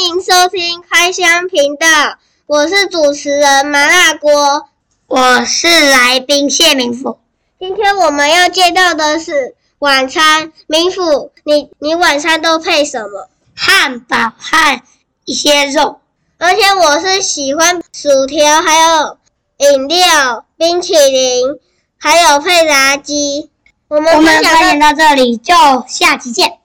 迎收听开箱频道，我是主持人麻辣锅，我是来宾谢明福。今天我们要介绍的是晚餐。明府，你你晚餐都配什么？汉堡和一些肉，而且我是喜欢薯条，还有饮料、冰淇淋，还有配炸鸡。我们我分们享分到享到这里，就下期见。